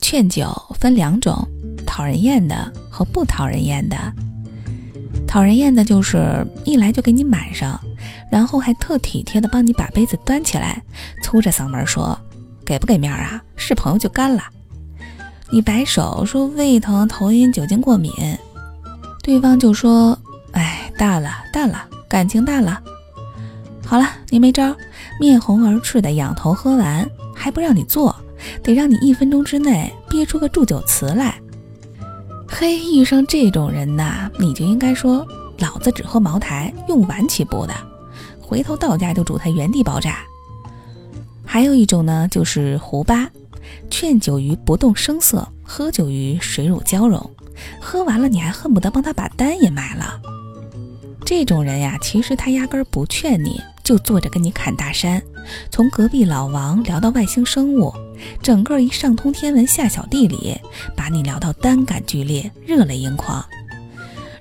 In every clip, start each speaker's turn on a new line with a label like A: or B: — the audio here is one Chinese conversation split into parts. A: 劝酒分两种，讨人厌的和不讨人厌的。讨人厌的就是一来就给你满上，然后还特体贴的帮你把杯子端起来，粗着嗓门说：“给不给面儿啊？是朋友就干了。”你摆手说胃疼、头晕、酒精过敏，对方就说：“哎，淡了，淡了，感情淡了。”好了，你没招，面红耳赤的仰头喝完，还不让你坐，得让你一分钟之内憋出个祝酒词来。嘿，遇上这种人呐，你就应该说：“老子只喝茅台，用碗起步的。”回头到家就煮他原地爆炸。还有一种呢，就是胡八，劝酒于不动声色，喝酒于水乳交融，喝完了你还恨不得帮他把单也买了。这种人呀，其实他压根儿不劝你，就坐着跟你侃大山，从隔壁老王聊到外星生物，整个一上通天文下小地理，把你聊到单杆剧烈，热泪盈眶。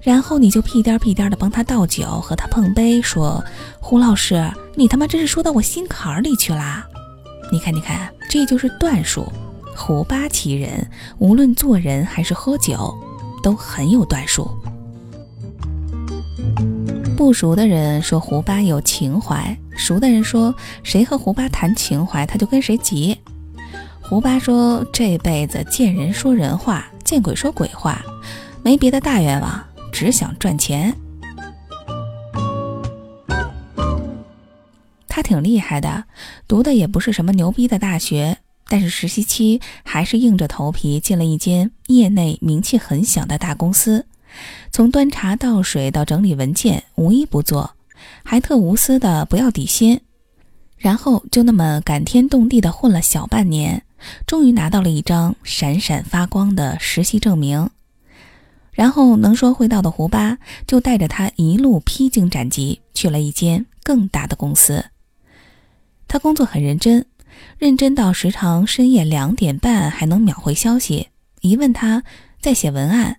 A: 然后你就屁颠儿屁颠的帮他倒酒，和他碰杯，说：“胡老师，你他妈真是说到我心坎儿里去啦！”你看，你看，这就是段数，胡八其人，无论做人还是喝酒，都很有段数。不熟的人说胡八有情怀，熟的人说谁和胡八谈情怀，他就跟谁急。胡八说这辈子见人说人话，见鬼说鬼话，没别的大愿望，只想赚钱。他挺厉害的，读的也不是什么牛逼的大学，但是实习期还是硬着头皮进了一间业内名气很响的大公司。从端茶倒水到整理文件，无一不做，还特无私的不要底薪。然后就那么感天动地的混了小半年，终于拿到了一张闪闪发光的实习证明。然后能说会道的胡巴就带着他一路披荆斩棘，去了一间更大的公司。他工作很认真，认真到时常深夜两点半还能秒回消息。一问他在写文案。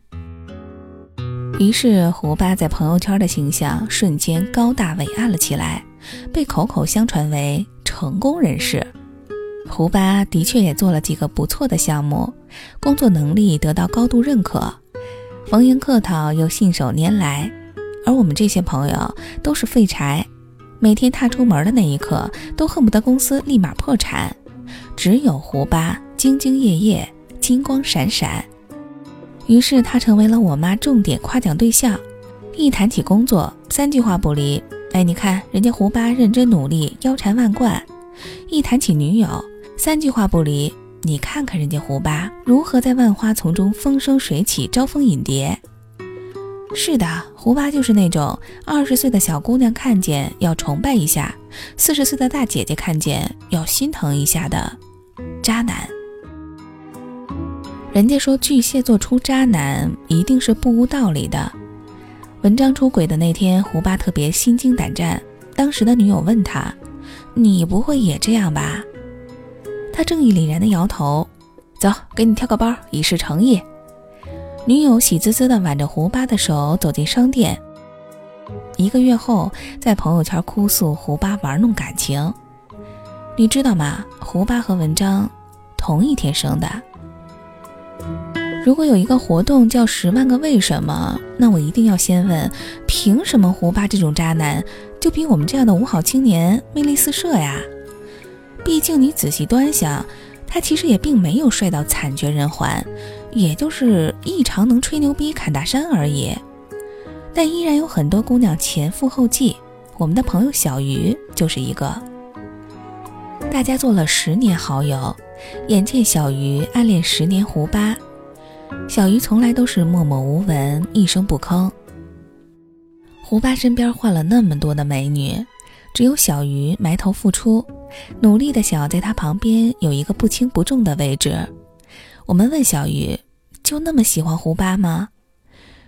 A: 于是，胡巴在朋友圈的形象瞬间高大伟岸了起来，被口口相传为成功人士。胡巴的确也做了几个不错的项目，工作能力得到高度认可，逢迎客套又信手拈来。而我们这些朋友都是废柴，每天踏出门的那一刻，都恨不得公司立马破产。只有胡巴兢兢业业，金光闪闪。于是他成为了我妈重点夸奖对象，一谈起工作，三句话不离。哎，你看人家胡巴认真努力，腰缠万贯；一谈起女友，三句话不离。你看看人家胡巴如何在万花丛中风生水起，招蜂引蝶。是的，胡巴就是那种二十岁的小姑娘看见要崇拜一下，四十岁的大姐姐看见要心疼一下的渣男。人家说巨蟹座出渣男一定是不无道理的。文章出轨的那天，胡巴特别心惊胆战。当时的女友问他：“你不会也这样吧？”他正义凛然地摇头：“走，给你挑个包，以示诚意。”女友喜滋滋地挽着胡巴的手走进商店。一个月后，在朋友圈哭诉胡巴玩弄感情。你知道吗？胡巴和文章同一天生的。如果有一个活动叫“十万个为什么”，那我一定要先问：凭什么胡巴这种渣男就比我们这样的五好青年魅力四射呀？毕竟你仔细端详，他其实也并没有帅到惨绝人寰，也就是异常能吹牛逼、侃大山而已。但依然有很多姑娘前赴后继，我们的朋友小鱼就是一个。大家做了十年好友，眼见小鱼暗恋十年胡巴。小鱼从来都是默默无闻，一声不吭。胡巴身边换了那么多的美女，只有小鱼埋头付出，努力的想要在他旁边有一个不轻不重的位置。我们问小鱼：“就那么喜欢胡巴吗？”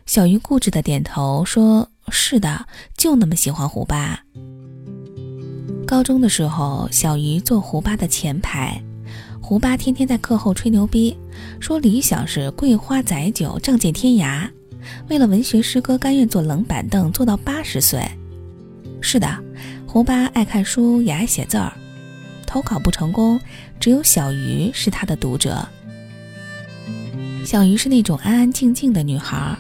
A: 小鱼固执的点头说：“是的，就那么喜欢胡巴。”高中的时候，小鱼坐胡巴的前排。胡巴天天在课后吹牛逼，说理想是桂花载酒，仗剑天涯。为了文学诗歌，甘愿坐冷板凳，坐到八十岁。是的，胡巴爱看书，也爱写字儿。投稿不成功，只有小鱼是他的读者。小鱼是那种安安静静的女孩，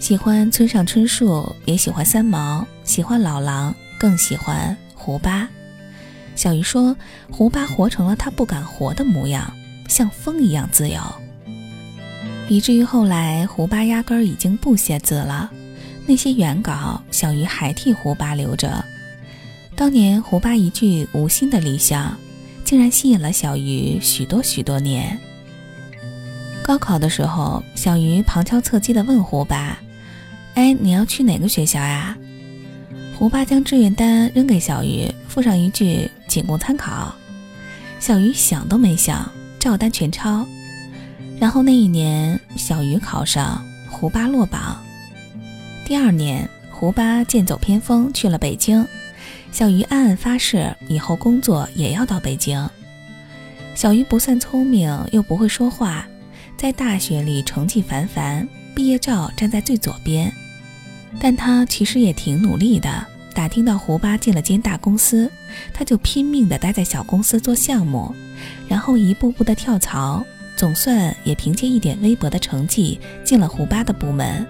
A: 喜欢村上春树，也喜欢三毛，喜欢老狼，更喜欢胡巴。小鱼说，胡巴活成了他不敢活的模样，像风一样自由，以至于后来胡巴压根儿已经不写字了。那些原稿，小鱼还替胡巴留着。当年胡巴一句无心的理想，竟然吸引了小鱼许多许多年。高考的时候，小鱼旁敲侧击地问胡巴：“哎，你要去哪个学校呀、啊？”胡巴将志愿单扔给小鱼，附上一句“仅供参考”。小鱼想都没想，照单全抄。然后那一年，小鱼考上，胡巴落榜。第二年，胡巴剑走偏锋去了北京，小鱼暗暗发誓以后工作也要到北京。小鱼不算聪明，又不会说话，在大学里成绩凡凡，毕业照站在最左边。但他其实也挺努力的。打听到胡巴进了间大公司，他就拼命地待在小公司做项目，然后一步步地跳槽，总算也凭借一点微薄的成绩进了胡巴的部门。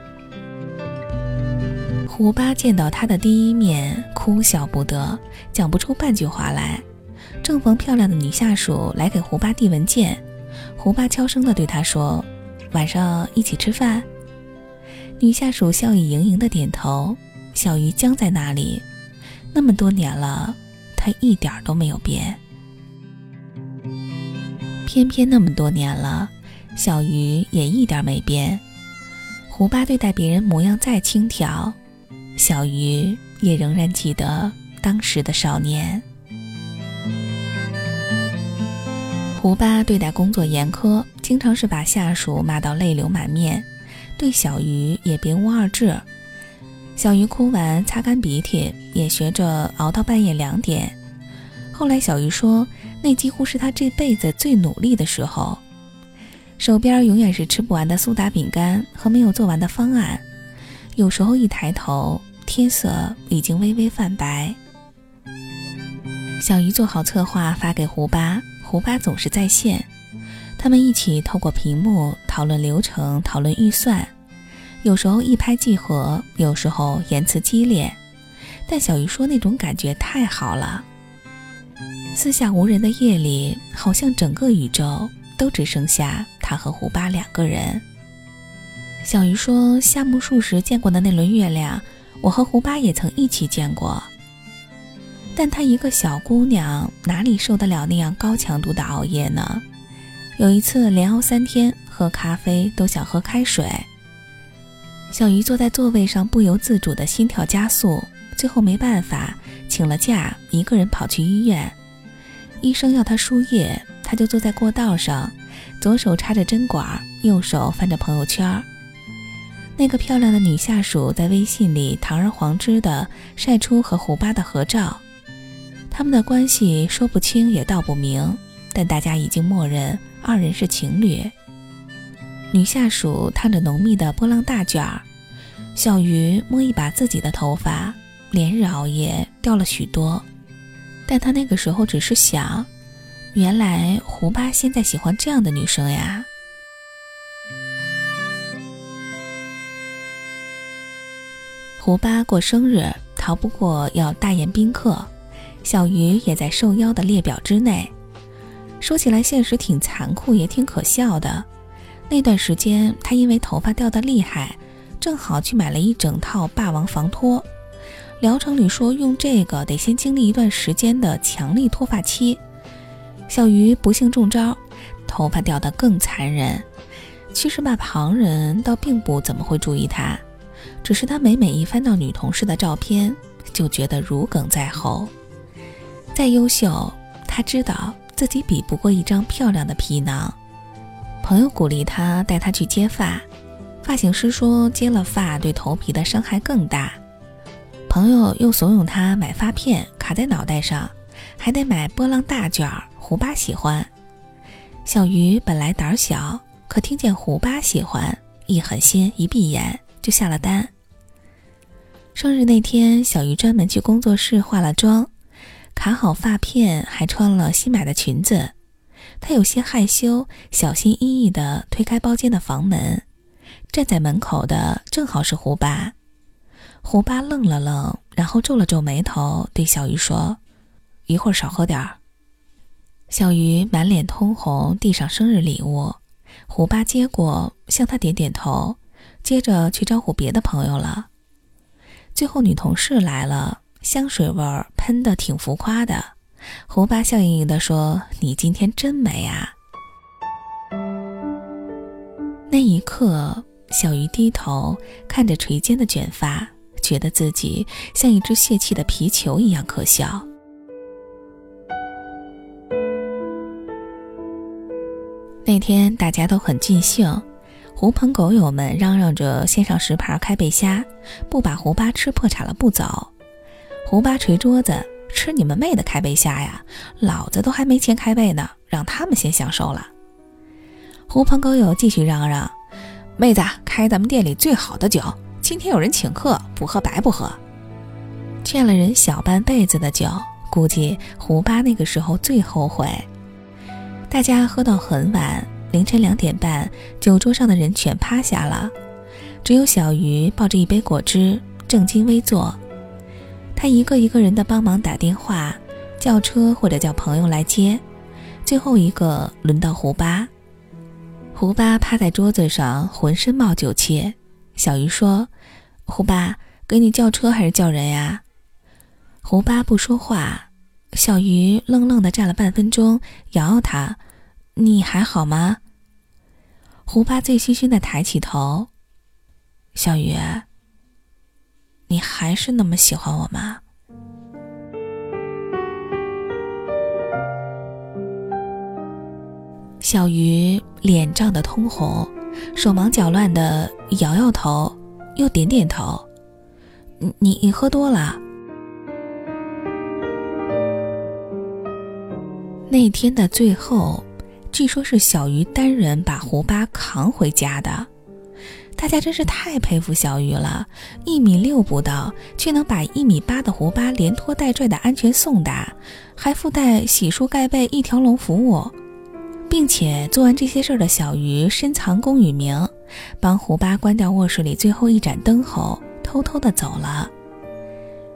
A: 胡巴见到他的第一面，哭笑不得，讲不出半句话来。正逢漂亮的女下属来给胡巴递文件，胡巴悄声地对她说：“晚上一起吃饭。”女下属笑意盈盈地点头。小鱼僵在那里，那么多年了，她一点都没有变。偏偏那么多年了，小鱼也一点没变。胡巴对待别人模样再轻佻。小鱼也仍然记得当时的少年。胡巴对待工作严苛，经常是把下属骂到泪流满面，对小鱼也别无二致。小鱼哭完擦干鼻涕，也学着熬到半夜两点。后来小鱼说，那几乎是他这辈子最努力的时候，手边永远是吃不完的苏打饼干和没有做完的方案。有时候一抬头，天色已经微微泛白。小鱼做好策划发给胡巴，胡巴总是在线。他们一起透过屏幕讨论流程，讨论预算，有时候一拍即合，有时候言辞激烈。但小鱼说那种感觉太好了。四下无人的夜里，好像整个宇宙都只剩下他和胡巴两个人。小鱼说：“夏目漱石见过的那轮月亮，我和胡巴也曾一起见过。但她一个小姑娘，哪里受得了那样高强度的熬夜呢？有一次连熬三天，喝咖啡都想喝开水。小鱼坐在座位上，不由自主的心跳加速，最后没办法，请了假，一个人跑去医院。医生要她输液，她就坐在过道上，左手插着针管，右手翻着朋友圈。”那个漂亮的女下属在微信里堂而皇之的晒出和胡巴的合照，他们的关系说不清也道不明，但大家已经默认二人是情侣。女下属烫着浓密的波浪大卷儿，小鱼摸一把自己的头发，连日熬夜掉了许多，但她那个时候只是想，原来胡巴现在喜欢这样的女生呀。胡巴过生日，逃不过要大宴宾客，小鱼也在受邀的列表之内。说起来，现实挺残酷，也挺可笑的。那段时间，他因为头发掉得厉害，正好去买了一整套霸王防脱。疗程里说，用这个得先经历一段时间的强力脱发期。小鱼不幸中招，头发掉得更残忍。其实吧，旁人倒并不怎么会注意他。只是他每每一翻到女同事的照片，就觉得如鲠在喉。再优秀，他知道自己比不过一张漂亮的皮囊。朋友鼓励他带他去接发，发型师说接了发对头皮的伤害更大。朋友又怂恿他买发片卡在脑袋上，还得买波浪大卷儿，胡巴喜欢。小鱼本来胆小，可听见胡巴喜欢，一狠心一闭眼。就下了单。生日那天，小鱼专门去工作室化了妆，卡好发片，还穿了新买的裙子。他有些害羞，小心翼翼地推开包间的房门。站在门口的正好是胡八。胡八愣了愣，然后皱了皱眉头，对小鱼说：“一会儿少喝点儿。”小鱼满脸通红，递上生日礼物。胡八接过，向他点点头，接着去招呼别的朋友了。最后，女同事来了，香水味儿喷得挺浮夸的。胡八笑盈盈地说：“你今天真美啊！”那一刻，小鱼低头看着垂肩的卷发，觉得自己像一只泄气的皮球一样可笑。那天大家都很尽兴，狐朋狗友们嚷嚷着先上石盘开背虾，不把胡八吃破产了不走。胡八捶桌子：“吃你们妹的开背虾呀！老子都还没钱开背呢，让他们先享受了。”狐朋狗友继续嚷嚷：“妹子，开咱们店里最好的酒，今天有人请客，不喝白不喝。”劝了人小半辈子的酒，估计胡八那个时候最后悔。大家喝到很晚，凌晨两点半，酒桌上的人全趴下了，只有小鱼抱着一杯果汁，正襟危坐。他一个一个人的帮忙打电话、叫车或者叫朋友来接。最后一个轮到胡八，胡八趴在桌子上，浑身冒酒气。小鱼说：“胡八，给你叫车还是叫人呀？”胡八不说话。小鱼愣愣地站了半分钟，摇摇他：“你还好吗？”胡八醉醺醺地抬起头：“小鱼，你还是那么喜欢我吗？”小鱼脸涨得通红，手忙脚乱地摇摇头，又点点头：“你你你喝多了。”那天的最后，据说是小鱼单人把胡巴扛回家的。大家真是太佩服小鱼了，一米六不到，却能把一米八的胡巴连拖带拽的安全送达，还附带洗漱盖被一条龙服务，并且做完这些事儿的小鱼深藏功与名，帮胡巴关掉卧室里最后一盏灯后，偷偷的走了。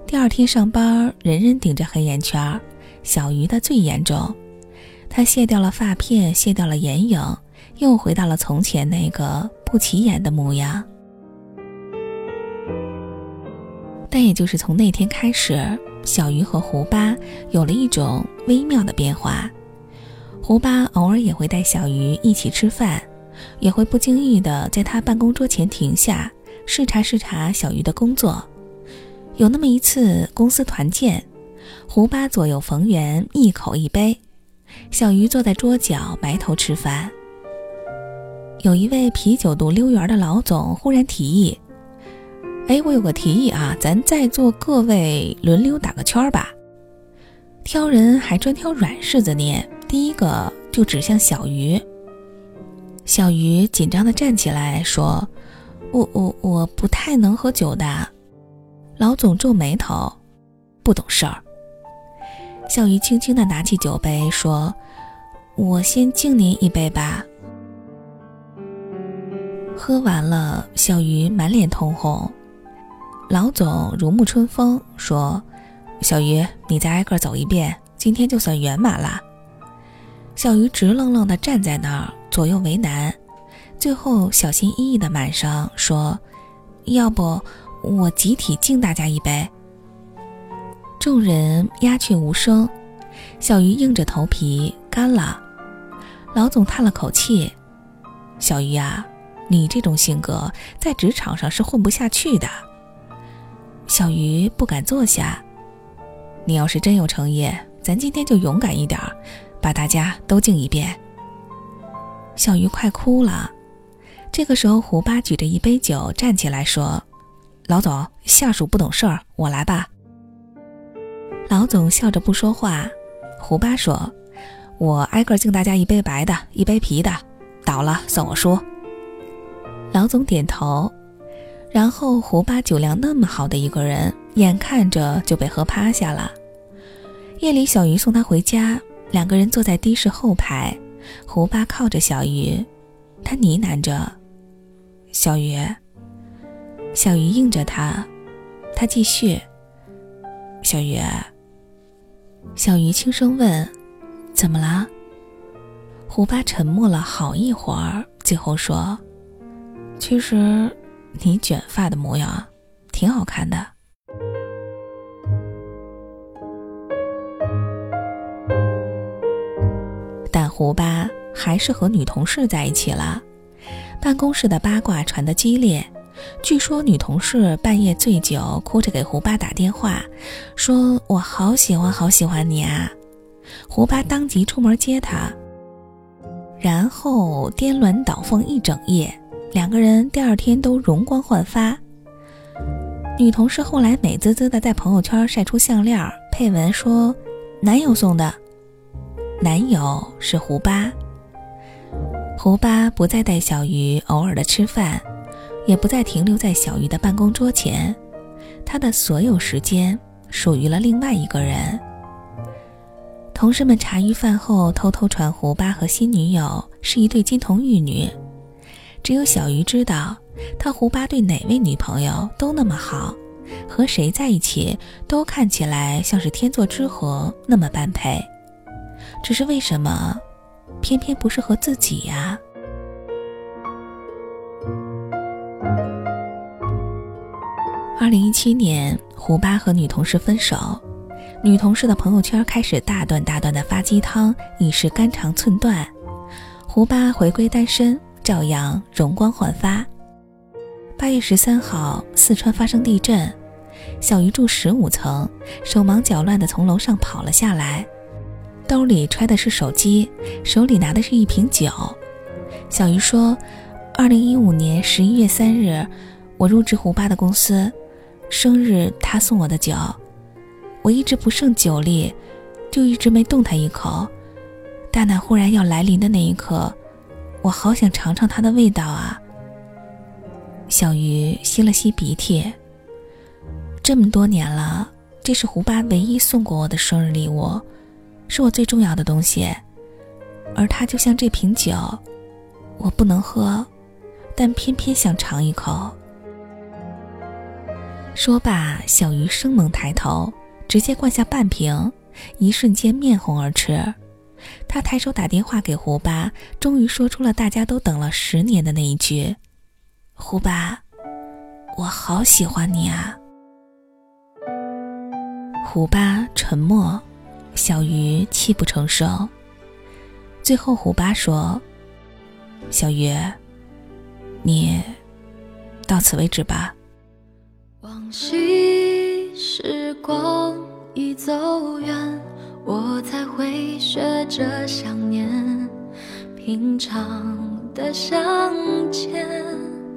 A: 第二天上班，人人顶着黑眼圈，小鱼的最严重。他卸掉了发片，卸掉了眼影，又回到了从前那个不起眼的模样。但也就是从那天开始，小鱼和胡巴有了一种微妙的变化。胡巴偶尔也会带小鱼一起吃饭，也会不经意的在他办公桌前停下，视察视察小鱼的工作。有那么一次公司团建，胡巴左右逢源，一口一杯。小鱼坐在桌角埋头吃饭。有一位啤酒肚溜圆的老总忽然提议：“哎，我有个提议啊，咱在座各位轮流打个圈儿吧。”挑人还专挑软柿子捏，第一个就指向小鱼。小鱼紧张地站起来说：“我我我不太能喝酒的。”老总皱眉头：“不懂事儿。”小鱼轻轻地拿起酒杯，说：“我先敬您一杯吧。”喝完了，小鱼满脸通红。老总如沐春风，说：“小鱼，你再挨个走一遍，今天就算圆满啦。”小鱼直愣愣地站在那儿，左右为难，最后小心翼翼地满上，说：“要不我集体敬大家一杯。”众人鸦雀无声，小鱼硬着头皮干了。老总叹了口气：“小鱼啊，你这种性格在职场上是混不下去的。”小鱼不敢坐下。你要是真有诚意，咱今天就勇敢一点儿，把大家都敬一遍。小鱼快哭了。这个时候，胡巴举着一杯酒站起来说：“老总，下属不懂事儿，我来吧。”老总笑着不说话。胡巴说：“我挨个敬大家一杯白的，一杯啤的，倒了算我输。”老总点头。然后胡巴酒量那么好的一个人，眼看着就被喝趴下了。夜里，小鱼送他回家，两个人坐在的士后排，胡巴靠着小鱼，他呢喃着：“小鱼。”小鱼应着他，他继续：“小鱼。”小鱼轻声问：“怎么了？”胡巴沉默了好一会儿，最后说：“其实你卷发的模样啊，挺好看的。”但胡巴还是和女同事在一起了。办公室的八卦传得激烈，据说女同事半夜醉酒，哭着给胡巴打电话，说：“我好喜欢，好喜欢你啊！”胡巴当即出门接她。然后颠鸾倒凤一整夜，两个人第二天都容光焕发。女同事后来美滋滋的在朋友圈晒出项链，配文说：“男友送的。”男友是胡巴。胡巴不再带小鱼偶尔的吃饭，也不再停留在小鱼的办公桌前，他的所有时间属于了另外一个人。同事们茶余饭后偷偷传胡巴和新女友是一对金童玉女，只有小鱼知道，他胡巴对哪位女朋友都那么好，和谁在一起都看起来像是天作之合那么般配。只是为什么，偏偏不是和自己呀、啊？二零一七年，胡巴和女同事分手。女同事的朋友圈开始大段大段的发鸡汤，以示肝肠寸断。胡巴回归单身，照样容光焕发。八月十三号，四川发生地震，小鱼住十五层，手忙脚乱地从楼上跑了下来，兜里揣的是手机，手里拿的是一瓶酒。小鱼说：“二零一五年十一月三日，我入职胡巴的公司，生日他送我的酒。”我一直不胜酒力，就一直没动他一口。大难忽然要来临的那一刻，我好想尝尝它的味道啊！小鱼吸了吸鼻涕。这么多年了，这是胡巴唯一送过我的生日礼物，是我最重要的东西。而它就像这瓶酒，我不能喝，但偏偏想尝一口。说罢，小鱼生猛抬头。直接灌下半瓶，一瞬间面红耳赤。他抬手打电话给胡巴，终于说出了大家都等了十年的那一句：“胡巴，我好喜欢你啊。”胡巴沉默，小鱼泣不成声。最后，胡巴说：“小鱼，你到此为止吧。”
B: 往昔时光已走远，我才会学着想念平常的相见。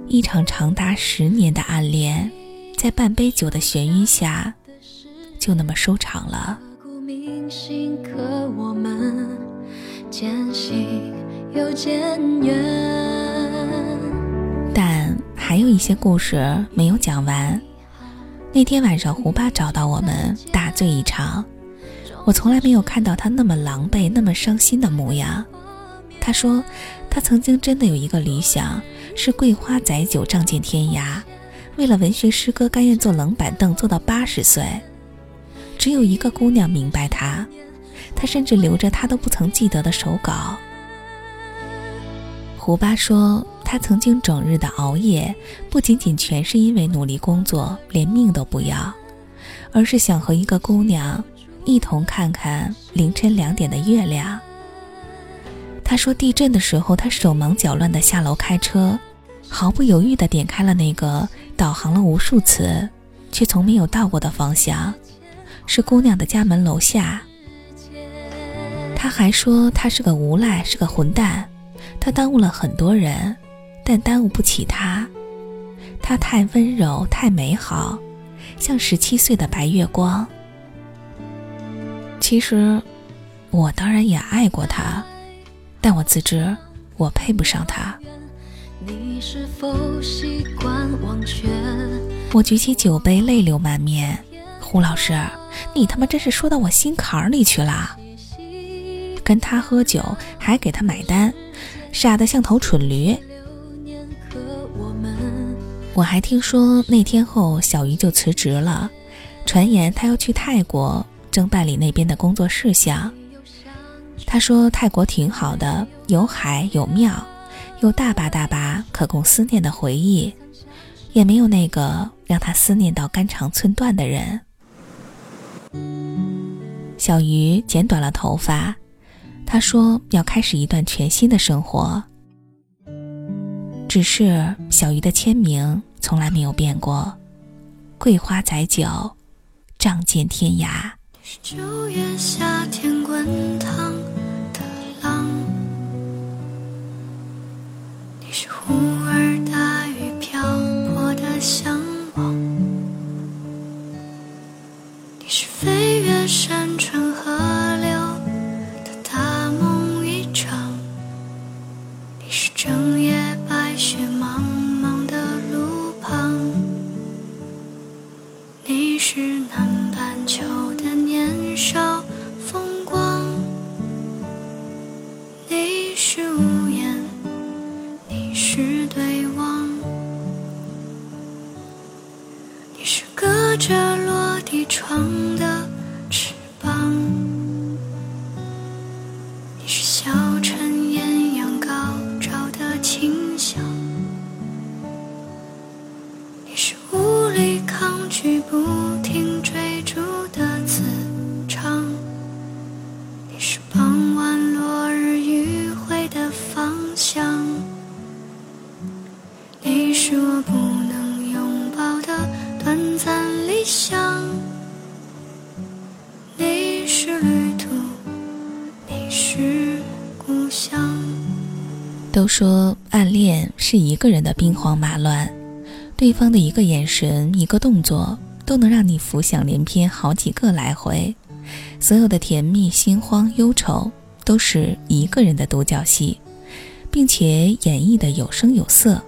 A: 一场长达十年的暗恋，在半杯酒的眩晕下，就那么收场了。
B: 刻骨铭心，可我们渐行又渐远。
A: 但还有一些故事没有讲完。那天晚上，胡巴找到我们，大醉一场。我从来没有看到他那么狼狈、那么伤心的模样。他说，他曾经真的有一个理想，是桂花载酒，仗剑天涯。为了文学诗歌，甘愿坐冷板凳，坐到八十岁。只有一个姑娘明白他，他甚至留着他都不曾记得的手稿。胡巴说。他曾经整日的熬夜，不仅仅全是因为努力工作，连命都不要，而是想和一个姑娘一同看看凌晨两点的月亮。他说，地震的时候，他手忙脚乱的下楼开车，毫不犹豫的点开了那个导航了无数次却从没有到过的方向，是姑娘的家门楼下。他还说，他是个无赖，是个混蛋，他耽误了很多人。但耽误不起他，他太温柔，太美好，像十七岁的白月光。其实，我当然也爱过他，但我自知我配不上他。
B: 你是否习惯忘却？
A: 我举起酒杯，泪流满面。胡老师，你他妈真是说到我心坎里去了。啊跟他喝酒，还给他买单，傻得像头蠢驴。我还听说那天后小鱼就辞职了，传言她要去泰国争办理那边的工作事项。她说泰国挺好的，有海有庙，有大把大把可供思念的回忆，也没有那个让她思念到肝肠寸断的人。小鱼剪短了头发，她说要开始一段全新的生活。只是小鱼的签名从来没有变过，“桂花载酒，仗剑天涯”。
B: 是九月夏天滚烫的浪，你是忽而大雨漂泊的向往，你是飞越山川河流的大梦一场，你是正夜白雪茫茫的路旁，你是南半球的年少风光，你是无言，你是对望，你是隔着落地窗的翅膀，你是小城艳阳高照的清香，你是无力抗拒不停追逐的磁场，你是傍晚落日余晖的方向，你是我不能拥抱的短暂理想，你是旅途，你是故乡。
A: 都说暗恋是一个人的兵荒马乱，对方的一个眼神、一个动作，都能让你浮想联翩好几个来回。所有的甜蜜、心慌、忧愁，都是一个人的独角戏，并且演绎的有声有色。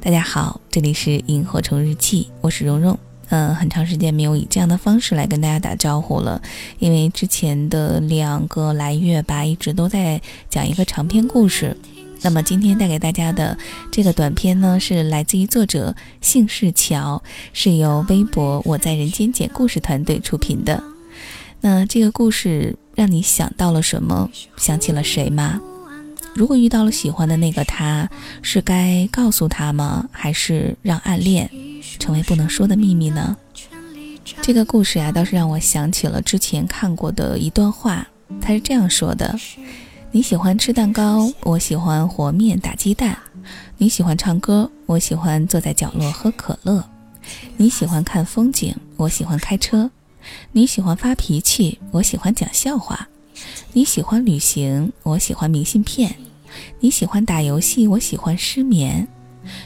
A: 大家好，这里是萤火虫日记，我是蓉蓉。嗯，很长时间没有以这样的方式来跟大家打招呼了，因为之前的两个来月吧，一直都在讲一个长篇故事。那么今天带给大家的这个短片呢，是来自于作者姓氏乔，是由微博我在人间讲故事团队出品的。那这个故事让你想到了什么？想起了谁吗？如果遇到了喜欢的那个他，是该告诉他吗？还是让暗恋成为不能说的秘密呢？这个故事啊，倒是让我想起了之前看过的一段话，他是这样说的：你喜欢吃蛋糕，我喜欢和面打鸡蛋；你喜欢唱歌，我喜欢坐在角落喝可乐；你喜欢看风景，我喜欢开车；你喜欢发脾气，我喜欢讲笑话；你喜欢旅行，我喜欢明信片；你喜欢打游戏，我喜欢失眠；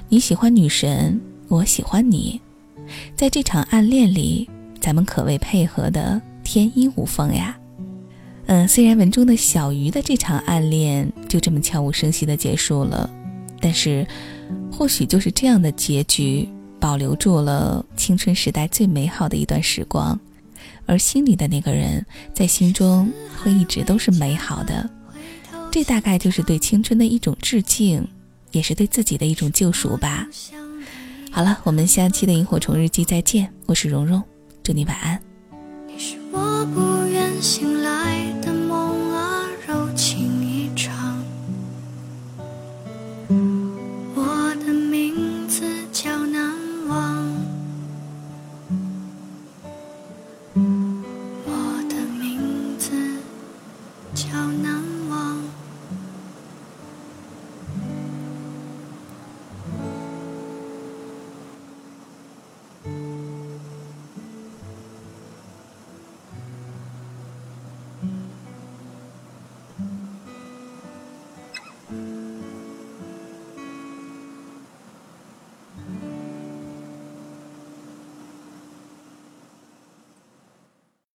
A: 你喜欢女神，我喜欢你。在这场暗恋里，咱们可谓配合的天衣无缝呀。嗯，虽然文中的小鱼的这场暗恋就这么悄无声息的结束了，但是或许就是这样的结局，保留住了青春时代最美好的一段时光，而心里的那个人在心中会一直都是美好的。这大概就是对青春的一种致敬，也是对自己的一种救赎吧。好了，我们下期的萤火虫日记再见，我是蓉蓉，祝你晚安。
B: 你是我不愿醒来